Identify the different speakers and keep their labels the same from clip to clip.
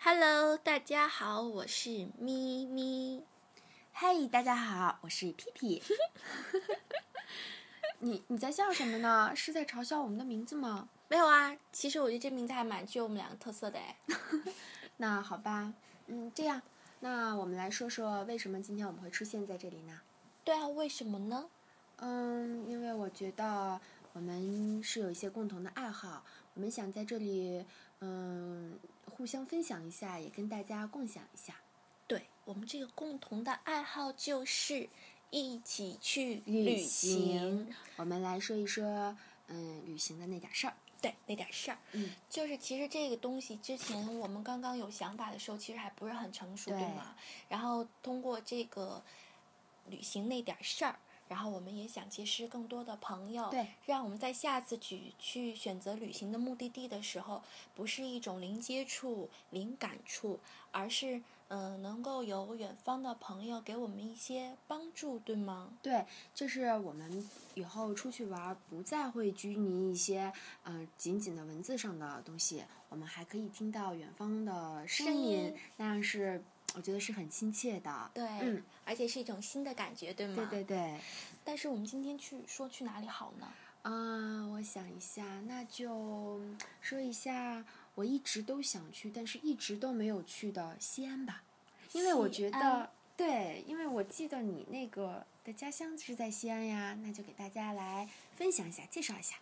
Speaker 1: Hello，大家好，我是咪咪。
Speaker 2: 嘿大家好，我是屁屁。 你你在笑什么呢？是在嘲笑我们的名字吗？
Speaker 1: 没有啊，其实我觉得这名字还蛮具有我们两个特色的哎。
Speaker 2: 那好吧，嗯，这样，那我们来说说为什么今天我们会出现在这里呢？
Speaker 1: 对啊，为什么呢？
Speaker 2: 嗯，因为我觉得我们是有一些共同的爱好，我们想在这里，嗯，互相分享一下，也跟大家共享一下
Speaker 1: 对我们这个共同的爱好就是一起去行
Speaker 2: 行。我们来说一说，嗯，旅行的那点事儿。
Speaker 1: 对那点事儿，
Speaker 2: 嗯，
Speaker 1: 就是其实这个东西之前我们刚刚有想法的时候，其实还不是很成熟，对
Speaker 2: 对
Speaker 1: 吗？然后通过这个旅行那点事儿，然后我们也想结识更多的朋友，
Speaker 2: 对，
Speaker 1: 让我们在下次去去选择旅行的目的地的时候，不是一种零接触、零感触，而是嗯、呃能够有远方的朋友给我们一些帮助，对吗？
Speaker 2: 对，就是我们以后出去玩儿，不再会拘泥一些呃仅仅的文字上的东西，我们还可以听到远方的声
Speaker 1: 声
Speaker 2: 音，
Speaker 1: 音
Speaker 2: 那样是我觉得是很亲切的。
Speaker 1: 对，
Speaker 2: 嗯
Speaker 1: 而且是一种新的感觉，对吗？
Speaker 2: 对对。对，
Speaker 1: 但是我们今天去说去哪里好呢？
Speaker 2: 嗯、我想一下，那就说一下我一直都想去，但是一直都没有去的西安吧，因为我
Speaker 1: 西
Speaker 2: 觉
Speaker 1: 安
Speaker 2: 得对，因为我记得你那个的家乡是在西安呀，那就给大家来分享一下，介绍一下。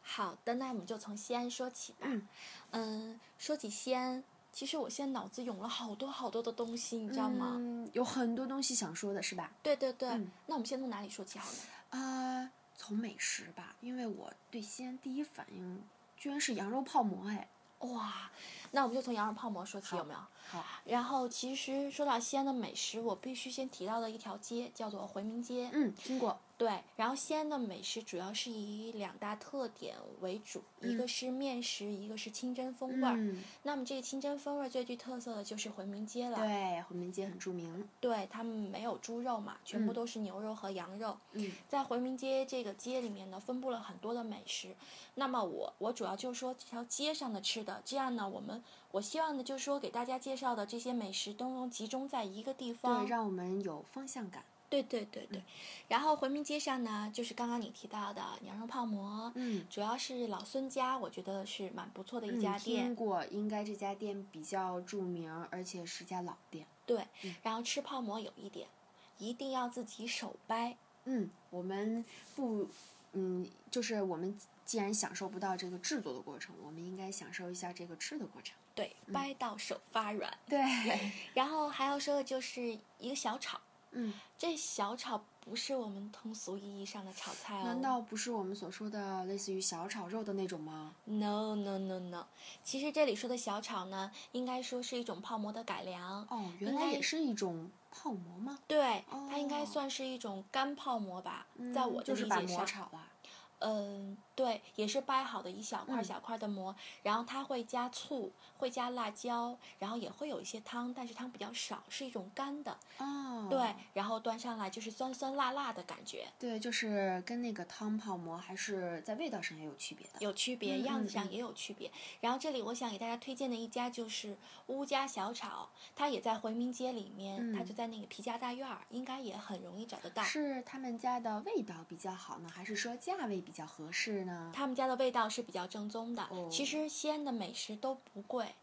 Speaker 1: 好的，那我们就从西安说起吧。
Speaker 2: 嗯
Speaker 1: 嗯说起西安，其实我现在脑子涌了好多好多的东西，你知道吗？
Speaker 2: 嗯，有很多东西想说的是吧？
Speaker 1: 对对对，
Speaker 2: 嗯
Speaker 1: 那我们先从哪里说起好呢？
Speaker 2: 呃，从美食吧，因为我对西安第一反应居然是羊肉泡馍，哎，
Speaker 1: 哇，那我们就从羊肉泡馍说起，有没有？
Speaker 2: 好，
Speaker 1: 然后其实说到西安的美食，我必须先提到的一条街叫做回民街。
Speaker 2: 嗯，听过，
Speaker 1: 对，然后西安的美食主要是以两大特点为主，一个是面食，一个是清真风味儿。
Speaker 2: 嗯，
Speaker 1: 那么这个清真风味儿最具特色的就是回民街了。
Speaker 2: 对，回民街很著名，
Speaker 1: 对他们没有猪肉嘛，全部
Speaker 2: 嗯
Speaker 1: 都是牛肉和羊肉。
Speaker 2: 嗯
Speaker 1: 在回民街这个街里面呢，分布了很多的美食。那么我我主要就说这条街上的吃的，这样呢，我们我希望呢，就是说给大家介绍的这些美食都能集中在一个地方
Speaker 2: 对，。让我嗯们有方向感，
Speaker 1: 对对对对然后回民街上呢，就是刚刚你提到的羊肉泡馍，
Speaker 2: 嗯。
Speaker 1: 主要是老孙家，我觉得是蛮不错的一
Speaker 2: 嗯
Speaker 1: 家店。
Speaker 2: 听过，应该这家店比较著名，而且是家老店。
Speaker 1: 对，
Speaker 2: 嗯
Speaker 1: 然后吃泡馍有一点，一定要自己手掰。
Speaker 2: 嗯，我们不，嗯，就是我们既然享受不到这个制作的过程，我们应该享受一下这个吃的过程。
Speaker 1: 对，
Speaker 2: 嗯
Speaker 1: 掰到手发软。
Speaker 2: 对，
Speaker 1: 然后还要说的就是一个小炒，
Speaker 2: 嗯，
Speaker 1: 这小炒不是我们通俗意义上的炒菜哦。
Speaker 2: 难道不是我们所说的类似于小炒肉的那种吗？
Speaker 1: ？No No No No，其实这里说的小炒呢，应该说是一种泡馍的改良。
Speaker 2: 哦，原
Speaker 1: 应
Speaker 2: 来
Speaker 1: 该
Speaker 2: 也
Speaker 1: 也
Speaker 2: 是一种泡馍吗？
Speaker 1: 对，它应该
Speaker 2: 哦
Speaker 1: 算是一种干泡馍吧，在
Speaker 2: 嗯
Speaker 1: 我的
Speaker 2: 就
Speaker 1: 理
Speaker 2: 是把
Speaker 1: 解
Speaker 2: 馍
Speaker 1: 上，
Speaker 2: 炒了。
Speaker 1: 嗯，对，也是掰好的一小块
Speaker 2: 嗯
Speaker 1: 小块的馍，然后它会加醋，会加辣椒，然后也会有一些汤，但是汤比较少，是一种干的，
Speaker 2: 哦，
Speaker 1: 对，然后端上来就是酸酸辣辣的感觉，
Speaker 2: 对，就是跟那个汤泡馍还是在味道上也有区别的。
Speaker 1: 有区别，
Speaker 2: 嗯
Speaker 1: 样
Speaker 2: 嗯
Speaker 1: 子上也有区别。然后这里我想给大家推荐的一家就是乌家小炒，它也在回民街里面，它
Speaker 2: 嗯
Speaker 1: 就在那个皮家大院儿，应该也很容易找得到。
Speaker 2: 是他们家的味道比较好呢，还是说价位比较合适呢？
Speaker 1: 他们家的味道是比较正宗的。
Speaker 2: 哦
Speaker 1: 其实西安的美食都不贵，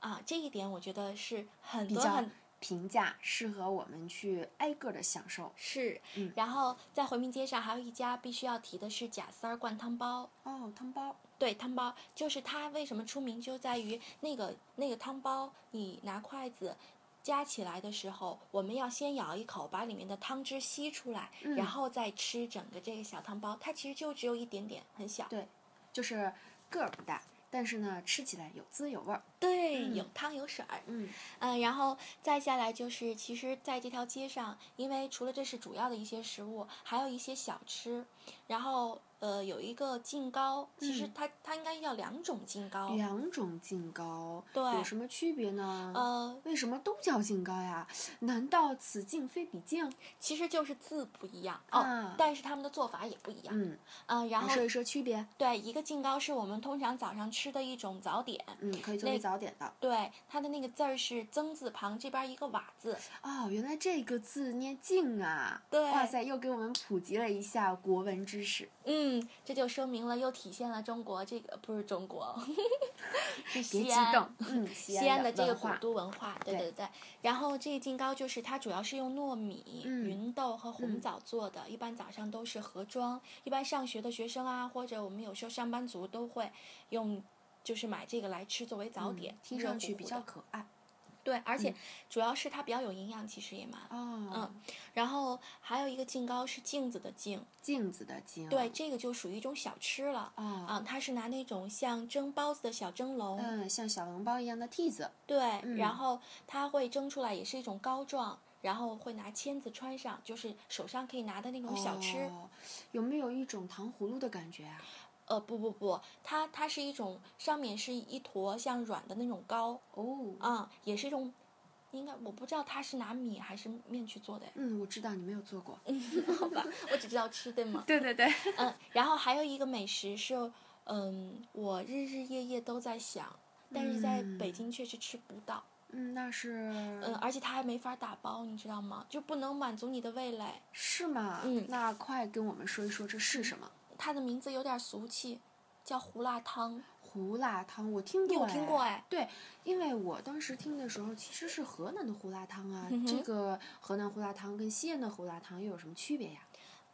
Speaker 1: 啊，这一点我觉得是很
Speaker 2: 比
Speaker 1: 多
Speaker 2: 较
Speaker 1: 很
Speaker 2: 平价，适合我们去挨个的享受。
Speaker 1: 是。
Speaker 2: 嗯
Speaker 1: 然后在回民街上还有一家必须要提的是贾三儿灌汤包。
Speaker 2: 哦，汤包，
Speaker 1: 对汤包，就是它为什么出名，就在于那个那个汤包，你拿筷子夹起来的时候，我们要先咬一口，把里面的汤汁吸出来，
Speaker 2: 嗯
Speaker 1: 然后再吃整个这个小汤包。它其实就只有一点点，很小。
Speaker 2: 对，就是个儿不大，但是呢，吃起来有滋有味儿。
Speaker 1: 对，
Speaker 2: 嗯
Speaker 1: 有汤有水儿。
Speaker 2: 嗯，
Speaker 1: 嗯，然后再下来就是，其实在这条街上，因为除了这是主要的一些食物，还有一些小吃，然后呃，有一个净高，其
Speaker 2: 嗯
Speaker 1: 实它它应该要两种净高，
Speaker 2: 两种净高
Speaker 1: 对
Speaker 2: 有什么区别呢？
Speaker 1: 呃，
Speaker 2: 为什么都叫净高呀？难道此净非彼净？
Speaker 1: 其实就是字不一样哦，
Speaker 2: 啊
Speaker 1: 但是他们的做法也不一样。
Speaker 2: 嗯，
Speaker 1: 嗯、然
Speaker 2: 来
Speaker 1: 后
Speaker 2: 说一说区别。
Speaker 1: 对一个净糕是我们通常早上吃的一种早点，
Speaker 2: 嗯，可以作为
Speaker 1: 那
Speaker 2: 早点的。
Speaker 1: 对它的那个字儿是曾字旁这边一个瓦字，
Speaker 2: 哦，原来这个字念净啊！
Speaker 1: 对
Speaker 2: 哇塞，又给我们普及了一下国文知识。
Speaker 1: 嗯，这就说明了又体现了中国这个不是中国， 是
Speaker 2: 别
Speaker 1: 西
Speaker 2: 激
Speaker 1: 安。
Speaker 2: 动，嗯，西
Speaker 1: 西安
Speaker 2: 的
Speaker 1: 这个
Speaker 2: 文
Speaker 1: 古
Speaker 2: 化
Speaker 1: 都文化，对
Speaker 2: 对
Speaker 1: 对对。然后这个净糕就是它主要是用糯米、
Speaker 2: 嗯
Speaker 1: 芸豆和红
Speaker 2: 嗯
Speaker 1: 枣做的，一般早上都是盒装。一般上学的学生啊，或者我们有时候上班族都会用，就是买这个来吃作为早
Speaker 2: 嗯
Speaker 1: 点，
Speaker 2: 听
Speaker 1: 热
Speaker 2: 上
Speaker 1: 乎
Speaker 2: 去比
Speaker 1: 乎
Speaker 2: 较
Speaker 1: 的
Speaker 2: 可爱。
Speaker 1: 对，而且
Speaker 2: 嗯
Speaker 1: 主要是它比较有营养，其实也蛮。
Speaker 2: 哦，
Speaker 1: 然后还有一个净糕是镜子的镜，
Speaker 2: 镜子的镜。
Speaker 1: 对，。这个就属于一种小吃了。
Speaker 2: 哦，
Speaker 1: 啊、它是拿那种像蒸包子的小蒸笼，
Speaker 2: 嗯，像小笼包一样的屉子。
Speaker 1: 对，
Speaker 2: 嗯
Speaker 1: 然后它会蒸出来，也是一种膏状，然后会拿签子穿上，就是手上可以拿的那种小吃。
Speaker 2: 哦，有没有一种糖葫芦的感觉啊？
Speaker 1: 呃，不不不，它它是一种上面是一坨像软的那种糕，
Speaker 2: 哦，
Speaker 1: 啊、也是一种，应该我不知道它是拿米还是面去做的，
Speaker 2: 嗯，我知道你没有做过。
Speaker 1: 好吧，我只知道吃，嗯对吗？
Speaker 2: 对对对。
Speaker 1: 嗯，然后还有一个美食是，嗯，我日日夜夜都在想，但是在北
Speaker 2: 嗯
Speaker 1: 京确实吃不到，
Speaker 2: 嗯，那是。
Speaker 1: 嗯，而且它还没法打包，你知道吗？就不能满足你的味蕾。
Speaker 2: 是吗？
Speaker 1: 嗯
Speaker 2: 那快跟我们说一说这是什么？
Speaker 1: 它的名字有点俗气，叫胡辣汤。
Speaker 2: 胡辣汤，我听
Speaker 1: 你
Speaker 2: 过
Speaker 1: 有
Speaker 2: 哎，
Speaker 1: 听过哎？
Speaker 2: 对，因为我当时听的时候，其实是河南的胡辣汤啊。
Speaker 1: 嗯
Speaker 2: 这
Speaker 1: 哼
Speaker 2: 个河南胡辣汤跟西安的胡辣汤又有什么区别呀？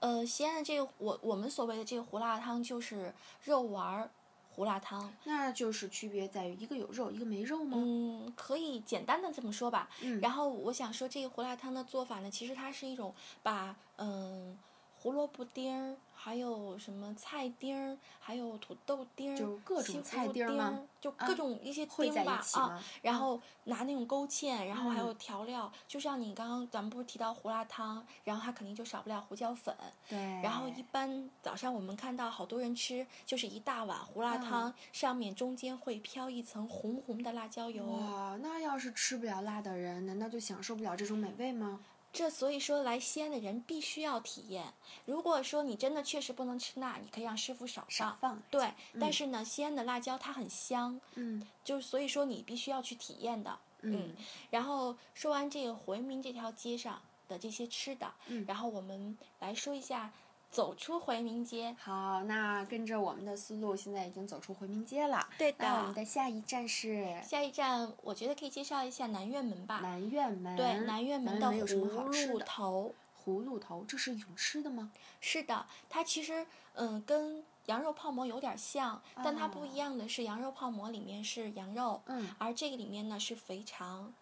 Speaker 1: 呃，西安的这个我我们所谓的这个胡辣汤就是肉丸儿胡辣汤。
Speaker 2: 那就是区别在于一个有肉，一个没肉吗？
Speaker 1: 嗯，可以简单的这么说吧。
Speaker 2: 嗯
Speaker 1: 然后我想说，这个胡辣汤的做法呢，其实它是一种把嗯胡萝卜丁儿，还有什么菜丁儿，还有土豆丁儿，
Speaker 2: 就各种
Speaker 1: 西葫
Speaker 2: 菜
Speaker 1: 芦
Speaker 2: 丁儿吗
Speaker 1: 儿就
Speaker 2: 啊
Speaker 1: 各种一些
Speaker 2: 会
Speaker 1: 丁
Speaker 2: 在一
Speaker 1: 吧
Speaker 2: 起
Speaker 1: 啊，
Speaker 2: 吗？
Speaker 1: 然后拿那种勾芡，然后还有
Speaker 2: 嗯
Speaker 1: 调料，就像你刚刚咱们不是提到胡辣汤，然后它肯定就少不了胡椒粉。
Speaker 2: 对。
Speaker 1: 然后一般早上我们看到好多人吃，就是一大碗胡辣
Speaker 2: 嗯
Speaker 1: 汤，上面中间会飘一层红红的辣椒油。
Speaker 2: 哇，那要是吃不了辣的人，难道就享受不了这种美味吗？
Speaker 1: 这所以说来西安的人必须要体验。如果说你真的确实不能吃辣，你可以让师傅少
Speaker 2: 少
Speaker 1: 放。
Speaker 2: 放。
Speaker 1: 对，但
Speaker 2: 嗯
Speaker 1: 是呢，西安的辣椒它很香，
Speaker 2: 嗯
Speaker 1: 就是所以说你必须要去体验的。
Speaker 2: 嗯
Speaker 1: 然后说完这个回民这条街上的这些吃的，
Speaker 2: 嗯
Speaker 1: 然后我们来说一下走出回民街。
Speaker 2: 好，那跟着我们的思路，现在已经走出回民街了。
Speaker 1: 对
Speaker 2: 那我们的下一站是
Speaker 1: 下一站我觉得可以介绍一下南苑门吧。
Speaker 2: 南苑门。
Speaker 1: 对，南苑门的
Speaker 2: 有什么好
Speaker 1: 葫
Speaker 2: 吃
Speaker 1: 芦
Speaker 2: 的？
Speaker 1: 头，
Speaker 2: 葫芦头，这是一种吃的吗？
Speaker 1: 是的，它其实嗯跟羊肉泡馍有点像，但它不
Speaker 2: 哦
Speaker 1: 一样的是，羊肉泡馍里面是羊肉，
Speaker 2: 嗯，
Speaker 1: 而这个里面呢是肥肠。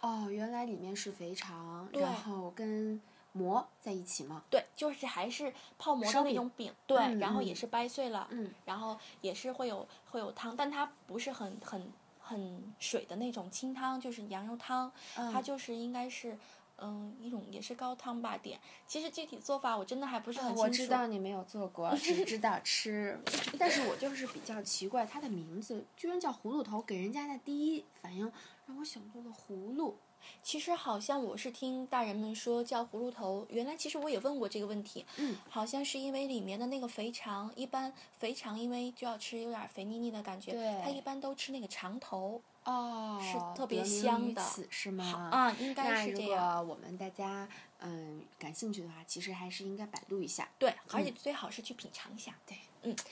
Speaker 2: 哦，原来里面是肥肠，
Speaker 1: 对
Speaker 2: 然后跟馍在一起吗？
Speaker 1: 对，就是还是泡馍
Speaker 2: 烧
Speaker 1: 的那
Speaker 2: 饼
Speaker 1: 种饼，对，
Speaker 2: 嗯
Speaker 1: 然后也
Speaker 2: 嗯
Speaker 1: 是掰碎了，
Speaker 2: 嗯，
Speaker 1: 然后也是会有会有汤，但它不是很很很水的那种清汤，就是羊肉汤，它
Speaker 2: 嗯，
Speaker 1: 就是应该是嗯一种也是高汤吧点。其实具体做法我真的还不是很清楚。
Speaker 2: 嗯我知道你没有做过，只知道 吃，但是我就是比较奇怪，它的名字居然叫葫芦头，给人家的第一反应让我想到了葫芦。
Speaker 1: 其实好像我是听大人们说叫葫芦头，原来其实我也问过这个问题，
Speaker 2: 嗯，
Speaker 1: 好像是因为里面的那个肥肠，一般肥肠因为就要吃有点肥腻腻的感觉，它一
Speaker 2: 对
Speaker 1: 般都吃那个肠头。
Speaker 2: 哦，
Speaker 1: 特别
Speaker 2: 得名
Speaker 1: 香
Speaker 2: 于
Speaker 1: 的
Speaker 2: 此是吗？
Speaker 1: 好啊，应该
Speaker 2: 那
Speaker 1: 是
Speaker 2: 如
Speaker 1: 这样。
Speaker 2: 果我们大家嗯感兴趣的话，其实还是应该百度一下
Speaker 1: 对，而
Speaker 2: 嗯
Speaker 1: 且最好是去品尝一下。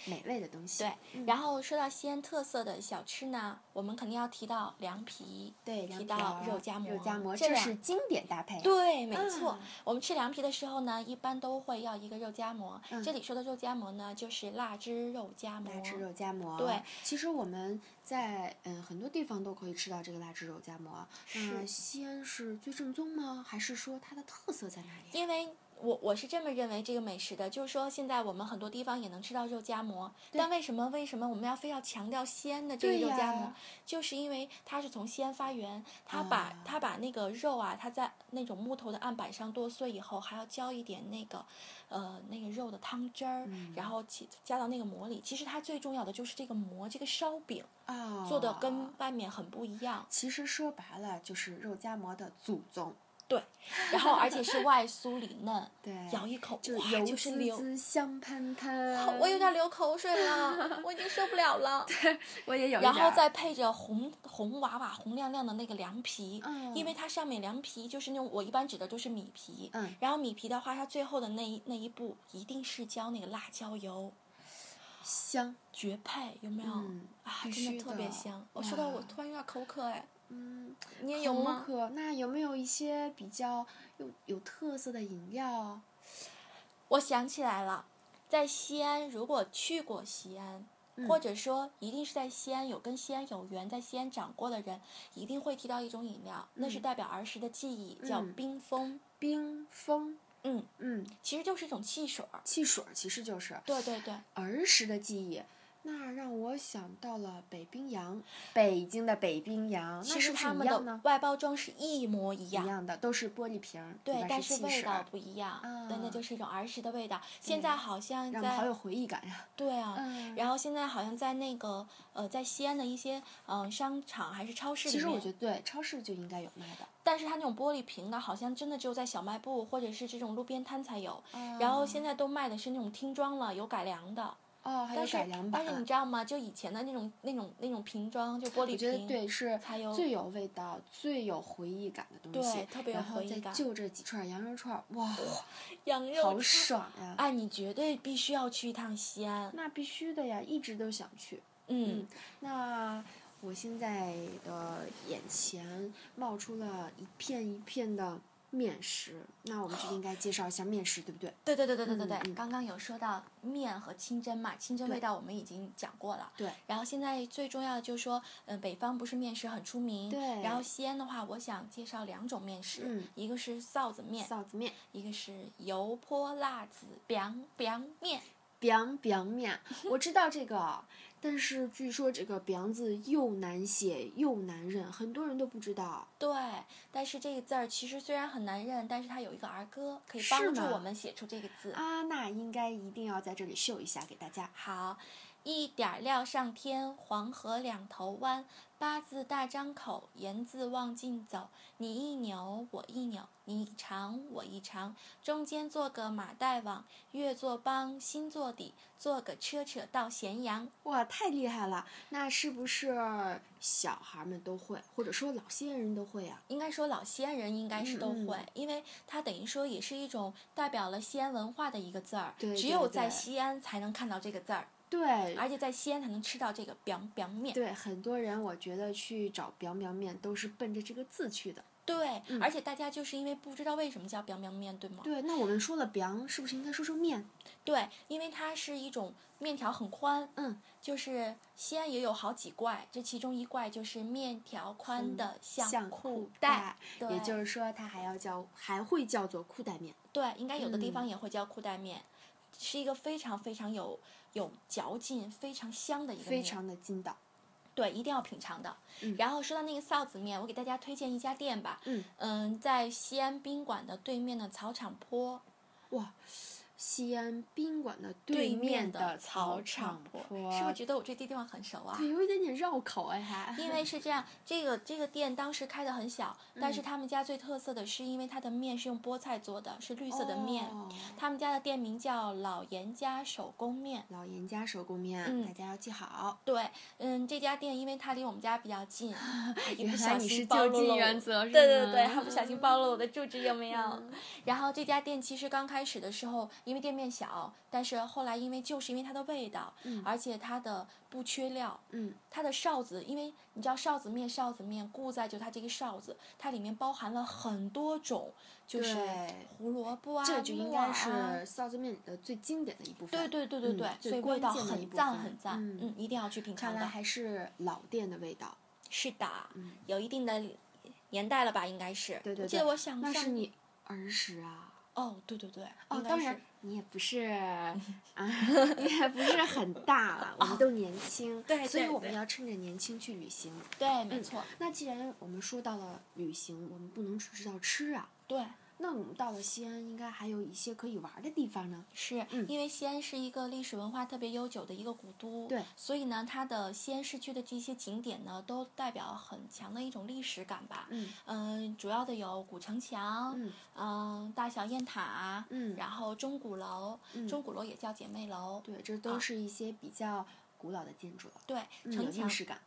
Speaker 2: 美味的东西。
Speaker 1: 对，
Speaker 2: 嗯
Speaker 1: 然后说到西安特色的小吃呢，我们肯定要提到凉皮。
Speaker 2: 对，
Speaker 1: 提
Speaker 2: 凉
Speaker 1: 到
Speaker 2: 条
Speaker 1: 肉夹馍
Speaker 2: 肉夹馍
Speaker 1: 这
Speaker 2: 这
Speaker 1: 两
Speaker 2: 是经典搭配。，
Speaker 1: 对，没错。
Speaker 2: 啊
Speaker 1: 我们吃凉皮的时候呢，一般都会要一个肉夹馍。
Speaker 2: 嗯
Speaker 1: 这里说的肉夹馍呢，就是腊汁肉夹馍。
Speaker 2: 辣汁肉夹馍。
Speaker 1: 对，
Speaker 2: 其实我们在嗯很多地方都可以吃到这个辣汁肉夹馍。那
Speaker 1: 是
Speaker 2: 西安是最正宗吗？还是说它的特色在哪里？
Speaker 1: 因为我我是这么认为这个美食的，就是说现在我们很多地方也能吃到肉夹馍，
Speaker 2: 对
Speaker 1: 但为什么为什么我们要非要强调西安的这个
Speaker 2: 对
Speaker 1: 肉夹馍？
Speaker 2: 呀
Speaker 1: 就是因为它是从西安发源，它把、
Speaker 2: 啊
Speaker 1: 它把那个肉啊，它在那种木头的案板上剁碎以后，还要浇一点那个呃那个肉的汤汁儿，
Speaker 2: 嗯
Speaker 1: 然后其加到那个馍里。其实它最重要的就是这个馍，这个烧饼
Speaker 2: 啊，
Speaker 1: 做的跟外面很不一样。
Speaker 2: 其实说白了就是肉夹馍的祖宗，
Speaker 1: 然后而且是外酥里嫩，
Speaker 2: 对，
Speaker 1: 咬一口
Speaker 2: 就
Speaker 1: 哇
Speaker 2: 油
Speaker 1: 就是
Speaker 2: 滋
Speaker 1: 流，
Speaker 2: 滋香喷
Speaker 1: 好
Speaker 2: 喷，
Speaker 1: 我有点流口水了，我已经受不了 了。
Speaker 2: 我也有一
Speaker 1: 然
Speaker 2: 点
Speaker 1: 后
Speaker 2: 儿
Speaker 1: 再配着红红娃娃、红亮亮的那个凉皮，
Speaker 2: 嗯
Speaker 1: 因为它上面凉皮就是那种我一般指的都是米皮，
Speaker 2: 嗯
Speaker 1: 然后米皮的话，它最后的那一那一步一定是浇那个辣椒油，
Speaker 2: 香，
Speaker 1: 绝配，有没有？
Speaker 2: 嗯
Speaker 1: 啊，
Speaker 2: 必
Speaker 1: 真
Speaker 2: 须
Speaker 1: 的特别
Speaker 2: 的
Speaker 1: 香。我说到我
Speaker 2: 哇
Speaker 1: 突然有点口渴哎，
Speaker 2: 嗯，
Speaker 1: 你也有
Speaker 2: 口
Speaker 1: 吗？
Speaker 2: 渴那有没有一些比较有有特色的饮料？
Speaker 1: 我想起来了，在西安，如果去过西安，
Speaker 2: 嗯
Speaker 1: 或者说一定是在西安有跟西安有缘，在西安长过的人，一定会提到一种饮料，那是
Speaker 2: 嗯
Speaker 1: 代表儿时的记忆，叫
Speaker 2: 嗯
Speaker 1: 冰峰。
Speaker 2: 冰峰，
Speaker 1: 嗯，
Speaker 2: 嗯，
Speaker 1: 其实就是一种汽水儿。
Speaker 2: 汽水儿其实就是
Speaker 1: 对对对，
Speaker 2: 儿时的记忆。那让我想到了北冰洋，北京的北冰洋，那
Speaker 1: 其
Speaker 2: 是
Speaker 1: 实
Speaker 2: 不是
Speaker 1: 它
Speaker 2: 一
Speaker 1: 们
Speaker 2: 样
Speaker 1: 的
Speaker 2: 呢？
Speaker 1: 外包装是一模一
Speaker 2: 一
Speaker 1: 样。
Speaker 2: 样的，都是玻璃瓶儿，里
Speaker 1: 对，
Speaker 2: 边
Speaker 1: 但
Speaker 2: 是
Speaker 1: 是
Speaker 2: 汽
Speaker 1: 味
Speaker 2: 水
Speaker 1: 道
Speaker 2: 儿，
Speaker 1: 不一样，对，那
Speaker 2: 啊
Speaker 1: 就是一种儿时的味道。现
Speaker 2: 对
Speaker 1: 在好像
Speaker 2: 让我
Speaker 1: 在
Speaker 2: 好有回忆感呀。
Speaker 1: 对啊，
Speaker 2: 嗯，
Speaker 1: 然后现在好像在那个呃，在西安的一些嗯、呃商场还是超市里
Speaker 2: 其
Speaker 1: 面，
Speaker 2: 实我觉得对，超市就应该有卖的。
Speaker 1: 但是它那种玻璃瓶的，好像真的只有在小卖部或者是这种路边摊才有。然后现在都卖的是那种听装了，有改良的。
Speaker 2: 哦，嗯还有
Speaker 1: 但是
Speaker 2: 改良版
Speaker 1: 但，是你知道吗？就以前的那种那种那种瓶装，就玻璃
Speaker 2: 我觉得
Speaker 1: 瓶，
Speaker 2: 对是
Speaker 1: 才有
Speaker 2: 最有味道、最有回忆感的东
Speaker 1: 对
Speaker 2: 西。
Speaker 1: 特别有
Speaker 2: 然后
Speaker 1: 回忆
Speaker 2: 再
Speaker 1: 感
Speaker 2: 就这几串羊肉串儿，哇，
Speaker 1: 羊肉
Speaker 2: 好
Speaker 1: 串
Speaker 2: 爽呀！
Speaker 1: 哎，你绝对必须要去一趟西安。
Speaker 2: 那必须的呀，一直都想去。
Speaker 1: 嗯，
Speaker 2: 那我现在的眼前冒出了一片一片的面食，那我们 就应该介绍一下面食，对不对？
Speaker 1: 对对对对对对对，
Speaker 2: 嗯嗯
Speaker 1: 刚刚有说到面和清蒸嘛，清蒸味道我们已经讲过了。
Speaker 2: 对，
Speaker 1: 然后现在最重要的就是说，嗯、北方不是面食很出名，
Speaker 2: 对
Speaker 1: 然后西安的话，我想介绍两种面食，
Speaker 2: 嗯
Speaker 1: 一个是臊子面，
Speaker 2: 臊子面、
Speaker 1: 一个是油泼辣子凉凉面。
Speaker 2: biang biang 面，我知道这个，但是据说这个 biang 字又难写又难认，很多人都不知道。
Speaker 1: 对，但是这个字儿其实虽然很难认，但是它有一个儿歌可以
Speaker 2: 是
Speaker 1: 帮助
Speaker 2: 吗
Speaker 1: 我们写出这个字。
Speaker 2: 啊，那应该一定要在这里秀一下给大家。
Speaker 1: 好，一点儿料上天，黄河两头弯，八字大张口，言字往尽走。你一扭我一扭，你一长我一长，中间做个马代网，月做帮，心做底，做个车扯到咸阳。
Speaker 2: 哇，太厉害了！那是不是小孩儿们都会，或者说老些人都会啊？
Speaker 1: 应该说老西安人应该是都
Speaker 2: 嗯嗯
Speaker 1: 会，因为它等于说也是一种代表了西安文化的一个字儿，
Speaker 2: 对
Speaker 1: 只
Speaker 2: 对
Speaker 1: 有在
Speaker 2: 对
Speaker 1: 西安才能看到这个字儿，
Speaker 2: 对，
Speaker 1: 而且在西安才能吃到这个 biang biang 面。
Speaker 2: 对，很多人我觉得去找“表表面”都是奔着这个字去的。
Speaker 1: 对，
Speaker 2: 嗯
Speaker 1: 而且大家就是因为不知道为什么叫 biang biang 面，对吗？
Speaker 2: 对，那我们说了“表”，是不是应该说说面？
Speaker 1: 对，因为它是一种面条很宽，
Speaker 2: 嗯，
Speaker 1: 就是西安也有好几怪，这其中一怪就是面条宽的像
Speaker 2: 像
Speaker 1: 裤带，
Speaker 2: 带，
Speaker 1: 对，
Speaker 2: 也就是说它还要叫，还会叫做裤带面。
Speaker 1: 对，应该有的地
Speaker 2: 嗯
Speaker 1: 方也会叫裤带面，是一个非常非常有有嚼劲、非常香的一个
Speaker 2: 非
Speaker 1: 面，
Speaker 2: 常的筋道。
Speaker 1: 对，一定要品尝的。
Speaker 2: 嗯
Speaker 1: 然后说到那个臊子面，我给大家推荐一家店吧，
Speaker 2: 嗯，
Speaker 1: 嗯，在西安宾馆的对面的草场坡，
Speaker 2: 哇，西安宾馆的
Speaker 1: 对
Speaker 2: 面
Speaker 1: 的
Speaker 2: 草
Speaker 1: 场
Speaker 2: 坡，
Speaker 1: 是不是觉得我这地方很熟啊？
Speaker 2: 对，有一点点绕口哎，还
Speaker 1: 因为是这样，这个这个店当时开的很小，
Speaker 2: 嗯
Speaker 1: 但是他们家最特色的是，因为它的面是用菠菜做的，是绿色的面。
Speaker 2: 哦
Speaker 1: 他们家的店名叫老严家手工面。
Speaker 2: 老严家手工面，
Speaker 1: 嗯
Speaker 2: 大家要记好。
Speaker 1: 对，嗯，这家店因为它离我们家比较 近，一不
Speaker 2: 原
Speaker 1: 小
Speaker 2: 来你
Speaker 1: 心
Speaker 2: 是
Speaker 1: 暴
Speaker 2: 就
Speaker 1: 露了
Speaker 2: 近
Speaker 1: 我
Speaker 2: 原则，是嗯
Speaker 1: 对对 对，
Speaker 2: 吗
Speaker 1: 还不小心暴露了我的住址有没有？然后这家店其实刚开始的时候，因为店面小，但是后来因为就是因为它的味道，
Speaker 2: 嗯
Speaker 1: 而且它的不缺料，
Speaker 2: 嗯，
Speaker 1: 它的臊子，因为你知道臊子面，臊子面故在就它这个臊子，它里面包含了很多种，就是
Speaker 2: 对
Speaker 1: 胡萝卜啊，
Speaker 2: 这就应
Speaker 1: 木耳
Speaker 2: 该
Speaker 1: 啊
Speaker 2: 是臊子面里的最经典的一部分。
Speaker 1: 对对对对对，
Speaker 2: 嗯最
Speaker 1: 所以味道
Speaker 2: 关键的一
Speaker 1: 很
Speaker 2: 部
Speaker 1: 赞
Speaker 2: 分
Speaker 1: 很赞，
Speaker 2: 嗯
Speaker 1: 一定要去品
Speaker 2: 看
Speaker 1: 尝
Speaker 2: 来
Speaker 1: 的。
Speaker 2: 还是老店的味道。
Speaker 1: 是的，有一定的年代了吧，应该是。
Speaker 2: 嗯对对
Speaker 1: 我记
Speaker 2: 对
Speaker 1: 得我想
Speaker 2: 那
Speaker 1: 上
Speaker 2: 是你儿时啊，
Speaker 1: 哦，对对对，
Speaker 2: 嗯哦，
Speaker 1: 应该
Speaker 2: 当
Speaker 1: 是
Speaker 2: 然，你也不 是啊，你也不是很大了，我们都年轻，
Speaker 1: 对
Speaker 2: 所以
Speaker 1: 对
Speaker 2: 我们
Speaker 1: 对
Speaker 2: 要趁着年轻去旅行。
Speaker 1: 对，没错，
Speaker 2: 那既然我们说到了旅行，我们不能只知道吃啊，
Speaker 1: 对，
Speaker 2: 那我们到了西安，应该还有一些可以玩的地方呢。
Speaker 1: 是、
Speaker 2: 嗯
Speaker 1: 因为西安是一个历史文化特别悠久的一个古都，
Speaker 2: 对
Speaker 1: 所以呢，它的西安市区的这些景点呢，都代表很强的一种历史感吧。
Speaker 2: 嗯
Speaker 1: 嗯、主要的有古城墙，
Speaker 2: 嗯
Speaker 1: 嗯、大小雁塔，
Speaker 2: 嗯
Speaker 1: 然后钟鼓楼，
Speaker 2: 嗯
Speaker 1: 钟鼓楼也叫姐妹楼，
Speaker 2: 对，这都
Speaker 1: 啊
Speaker 2: 是一些比较古老的建筑了，
Speaker 1: 对，
Speaker 2: 嗯有
Speaker 1: 城
Speaker 2: 历
Speaker 1: 墙，
Speaker 2: 史感。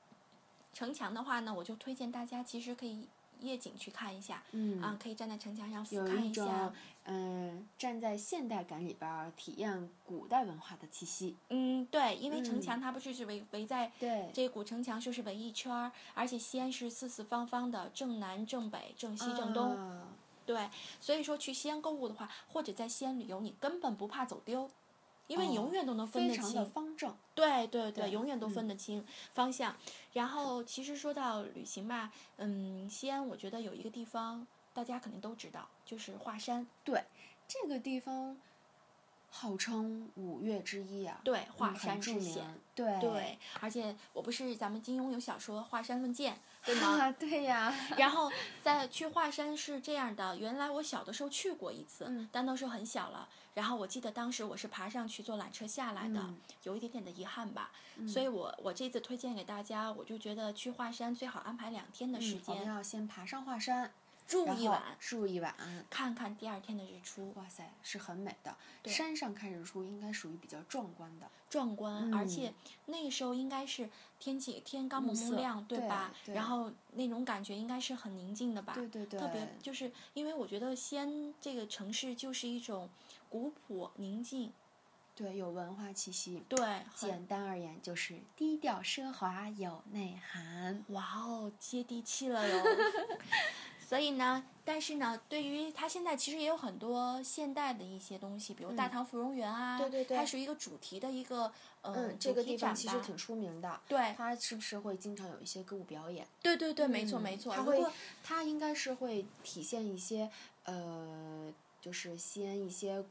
Speaker 1: 城墙的话呢，我就推荐大家其实可以夜景去看一下，
Speaker 2: 嗯
Speaker 1: 啊，可以站在城墙上俯
Speaker 2: 有
Speaker 1: 瞰
Speaker 2: 一
Speaker 1: 一下
Speaker 2: 种，嗯、站在现代感里边儿体验古代文化的气息。
Speaker 1: 嗯，对，因为城
Speaker 2: 嗯
Speaker 1: 墙它不是只围围在
Speaker 2: 对
Speaker 1: 这古城墙就是围一圈儿，而且西安是四四方方的，正南、正北、正西、正东。
Speaker 2: 啊
Speaker 1: 对，所以说去西安购物的话，或者在西安旅游，你根本不怕走丢，因为你
Speaker 2: 哦
Speaker 1: 永远都能分
Speaker 2: 非
Speaker 1: 得
Speaker 2: 常
Speaker 1: 清。
Speaker 2: 的方正。
Speaker 1: 对对对，
Speaker 2: 对
Speaker 1: 永远都
Speaker 2: 嗯
Speaker 1: 分得清方向。然后其实说到旅行吧，嗯，西安我觉得有一个地方大家肯定都知道，就是华山。
Speaker 2: 这个地方号称五岳之一啊，
Speaker 1: 对，华
Speaker 2: 嗯
Speaker 1: 山
Speaker 2: 很著
Speaker 1: 之险。
Speaker 2: 名。对
Speaker 1: 对，而且我不是咱们金庸有小说《华山论剑》，对吗？
Speaker 2: 啊，对呀，
Speaker 1: 然后再去华山是这样的，原来我小的时候去过一次，
Speaker 2: 嗯
Speaker 1: 但那时候很小了。然后我记得当时我是爬上去坐缆车下来的，
Speaker 2: 嗯
Speaker 1: 有一点点的遗憾吧。所以我我这次推荐给大家，我就觉得去华山最好安排两天的时
Speaker 2: 嗯我们
Speaker 1: 间，
Speaker 2: 要先爬上华山，
Speaker 1: 住
Speaker 2: 然
Speaker 1: 一
Speaker 2: 后
Speaker 1: 晚，
Speaker 2: 住一晚。
Speaker 1: 看看第二天的日出，
Speaker 2: 哇塞，是很美的。
Speaker 1: 对
Speaker 2: 山上看日出应该属于比较壮观的。
Speaker 1: 壮观。而
Speaker 2: 嗯
Speaker 1: 且那时候应该是天气天刚
Speaker 2: 暮
Speaker 1: 蒙蒙
Speaker 2: 色
Speaker 1: 亮，
Speaker 2: 对
Speaker 1: 吧？
Speaker 2: 对
Speaker 1: 然后那种感觉应该是很宁静的吧？
Speaker 2: 对对对，
Speaker 1: 特别就是因为我觉得西安这个城市就是一种古朴宁静，
Speaker 2: 对有文化气息。
Speaker 1: 对，很
Speaker 2: 简单而言就是低调奢华有内涵。
Speaker 1: 哇哦，接地气了哟。 所以呢，但是呢，对于它现在其实也有很多现代的一些东西，比如大
Speaker 2: 嗯
Speaker 1: 唐芙蓉园啊，
Speaker 2: 对对对
Speaker 1: 它是一个主题的一个呃、
Speaker 2: 嗯，
Speaker 1: 主
Speaker 2: 这个
Speaker 1: 题
Speaker 2: 地方
Speaker 1: 展
Speaker 2: 其实
Speaker 1: 吧
Speaker 2: 挺出名的。
Speaker 1: 对
Speaker 2: 它是不是会经常有一些歌舞表演？
Speaker 1: 对对对，没错没
Speaker 2: 嗯
Speaker 1: 错。
Speaker 2: 它
Speaker 1: 如
Speaker 2: 会
Speaker 1: 果，
Speaker 2: 它应该是会体现一些呃，就是西安一些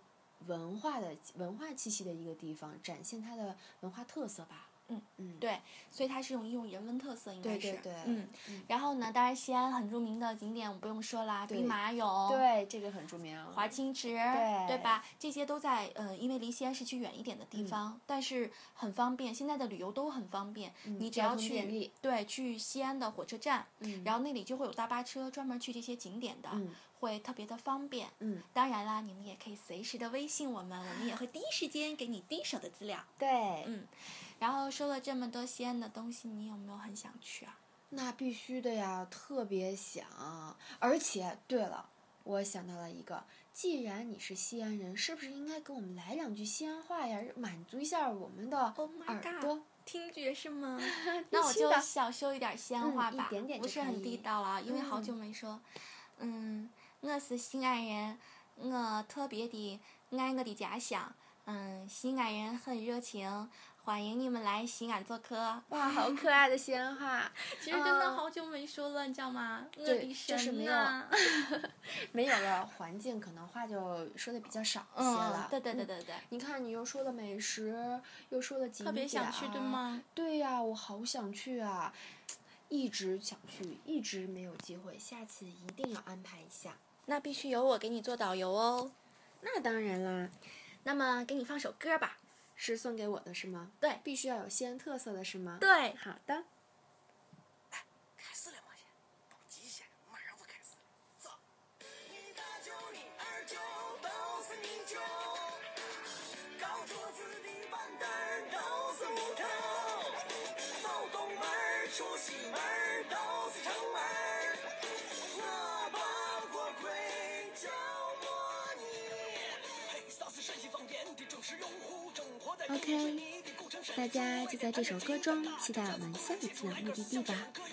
Speaker 2: 文化的文化气息的一个地方，展现它的文化特色吧。
Speaker 1: 嗯
Speaker 2: 嗯，
Speaker 1: 对，所以它是用一种人文特色，应该是
Speaker 2: 对对对
Speaker 1: 嗯。
Speaker 2: 嗯
Speaker 1: 然后呢，当然西安很著名的景点我不用说啦，
Speaker 2: 对
Speaker 1: 兵马俑，
Speaker 2: 对，这个很著名。
Speaker 1: 华清池，
Speaker 2: 对嗯
Speaker 1: 吧？这些都在呃，因为离西安市区远一点的地方，但是很方便。现在的旅游都很方便，
Speaker 2: 嗯
Speaker 1: 你只
Speaker 2: 交
Speaker 1: 要
Speaker 2: 通便
Speaker 1: 去
Speaker 2: 利
Speaker 1: 对去西安的火车站，
Speaker 2: 嗯
Speaker 1: 然后那里就会有大巴车专门去这些景点的，
Speaker 2: 嗯
Speaker 1: 会特别的方便。
Speaker 2: 嗯，
Speaker 1: 当然啦，你们也可以随时的微信我们，我们也会第一时间给你第一手的资料。
Speaker 2: 对，
Speaker 1: 嗯，然后说了这么多西安的东西，你有没有很想去啊？
Speaker 2: 那必须的呀，特别想。而且，对了，我想到了一个，既然你是西安人，是不是应该给我们来两句西安话呀，满足一下我们的
Speaker 1: Oh my
Speaker 2: 耳
Speaker 1: god
Speaker 2: 朵？
Speaker 1: 听觉是 吗？
Speaker 2: 必
Speaker 1: 那我
Speaker 2: 须
Speaker 1: 就
Speaker 2: 的
Speaker 1: 少说一点儿西安
Speaker 2: 嗯
Speaker 1: 话
Speaker 2: 一
Speaker 1: 吧，
Speaker 2: 点点
Speaker 1: 不
Speaker 2: 就是可
Speaker 1: 很地
Speaker 2: 以
Speaker 1: 道啊了，因为好
Speaker 2: 嗯
Speaker 1: 久没说。嗯，我是西安人，我特别的爱我的家乡。嗯，西安人很热情，欢迎你们来西安做客。嗯
Speaker 2: 哇，好可爱的西安话！
Speaker 1: 其
Speaker 2: 实真的好
Speaker 1: 久没说了，你知道吗？我
Speaker 2: 对就是没有
Speaker 1: 呐
Speaker 2: 没有了环境，可能话就说的比较少一些
Speaker 1: 嗯
Speaker 2: 了，。
Speaker 1: 对对对
Speaker 2: 嗯。
Speaker 1: 对对，
Speaker 2: 你看，你又说了美食，又说了景
Speaker 1: 特
Speaker 2: 点，
Speaker 1: 别想去，对？吗？
Speaker 2: 对呀、我好想去啊，一直想去，一直没有机会，下次一定要安排一下。
Speaker 1: 那必须由我给你做导游哦。
Speaker 2: 那当然啦，
Speaker 1: 那么给你放首歌吧。
Speaker 2: 是送给我的是吗？
Speaker 1: 对
Speaker 2: 必须要有西安特色的是吗？
Speaker 1: 对，
Speaker 2: 好的。
Speaker 3: 开始了，冒险，到极限，马上就开始，走。一大舅，你二舅都是你舅，高桌子的板凳儿都是木头，走东门儿出西门儿都是城门儿，我把锅盔就摸你。嘿，SARS 是陕西方言的忠实用户，生活在
Speaker 2: OK，
Speaker 3: OK，大
Speaker 2: 大
Speaker 3: 家
Speaker 2: 家
Speaker 3: 就
Speaker 2: 就
Speaker 3: 在
Speaker 2: 在这
Speaker 3: 这首
Speaker 2: 首
Speaker 3: 歌
Speaker 2: 歌
Speaker 3: 中
Speaker 2: 中
Speaker 3: 期
Speaker 2: 期
Speaker 3: 待
Speaker 2: 待
Speaker 3: 我
Speaker 2: 我
Speaker 3: 们
Speaker 2: 们
Speaker 3: 下
Speaker 2: 下
Speaker 3: 一
Speaker 2: 一
Speaker 3: 次
Speaker 2: 次
Speaker 3: 的
Speaker 2: 的
Speaker 3: 目
Speaker 2: 目
Speaker 3: 的
Speaker 2: 的地
Speaker 3: 地吧
Speaker 2: 吧。